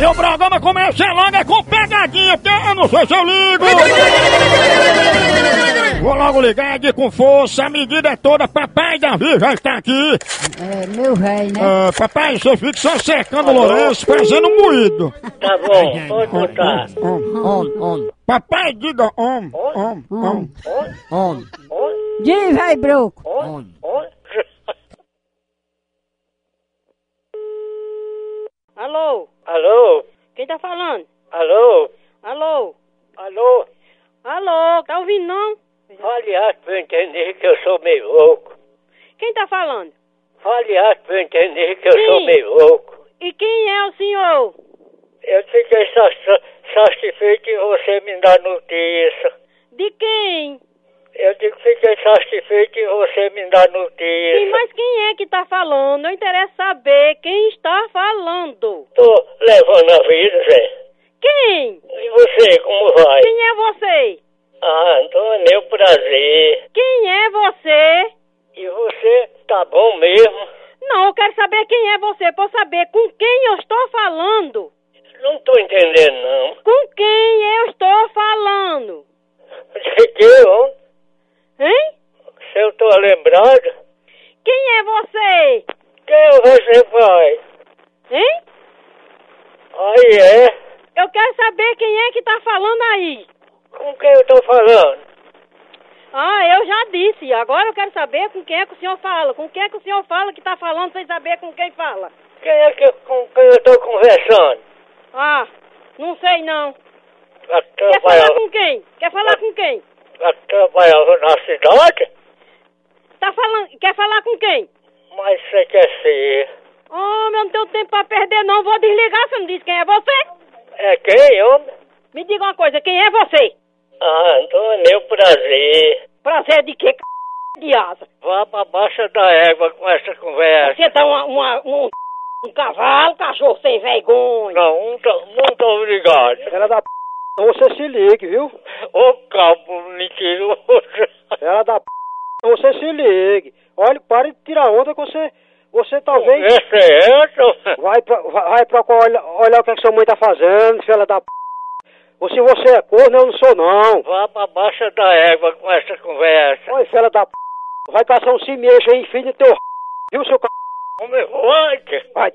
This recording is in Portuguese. E o programa começa logo é com pegadinha, porque eu não sei se eu ligo. Vou logo ligar aqui com força, a medida é toda. Papai Davi já está aqui. É, meu rei, né? Ah, papai, você fica só cercando o Lourenço, fazendo um moído. Tá bom, pode botar. Om, om, om. Papai, diga om, om, om, om, Diz, vai, broco. om. Alô? Alô? Quem tá falando? Alô? Alô? Alô? Alô? Tá ouvindo não? Fale alto pra eu entender que eu sou meio louco. Quem tá falando? Fale alto pra eu entender que eu Sim. sou meio louco. E quem é o senhor? Eu é fiquei sa- sa- satisfeito em você me dar notícia. De quem? Eu digo que é fiquei satisfeito em você me dar notícia. Sim, mas quem é que tá falando? Eu interessa saber quem está falando. Tô levando a vida, Zé. Quem? E você, como vai? Quem é você? Ah, então é meu prazer. Quem é você? E você tá bom mesmo? Não, eu quero saber quem é você, pra eu saber com quem eu estou falando. Não tô entendendo, não. Com quem eu estou falando? De que, ó? Hein? Se eu tô lembrado, Quem é você? quem é você, pai? Hein? Aí é. Eu quero saber quem é que tá falando aí. Com quem eu tô falando? Ah, eu já disse. Agora eu quero saber com quem é que o senhor fala. Com quem é que o senhor fala que tá falando sem saber com quem fala. Quem é que, com quem eu tô conversando? Ah, não sei não. Quer falar Atrapalhava, com quem? Quer falar com quem? atrapalhava na cidade? Tá falando... Quer falar com quem? Mas você quer ser. Oh, meu, não tenho tempo pra perder não. Vou desligar, você não disse quem é você? É quem, homem? Me diga uma coisa, quem é você? Ah, então é meu prazer. Prazer de quê, c... de asa? Vá pra baixa da égua com essa conversa. Você tá uma, uma- um... Um cavalo, cachorro sem vergonha. Não, muito, muito obrigado. Ela da p... Então você se ligue, viu? Ô, cabo mentiroso. Ela da p... Então você se ligue. Olha, pare de tirar onda que você... Você talvez Essa é essa? vai pra, vai pra qual- olha- olhar o que, é que sua mãe tá fazendo, se ela da p... Ou se você é corno, eu não sou não. Vá pra baixa da égua com essa conversa. Olha, fela da p... Vai caçar um cimeixo aí, filho do teu... r***, Viu, seu c... Como é forte? Vai.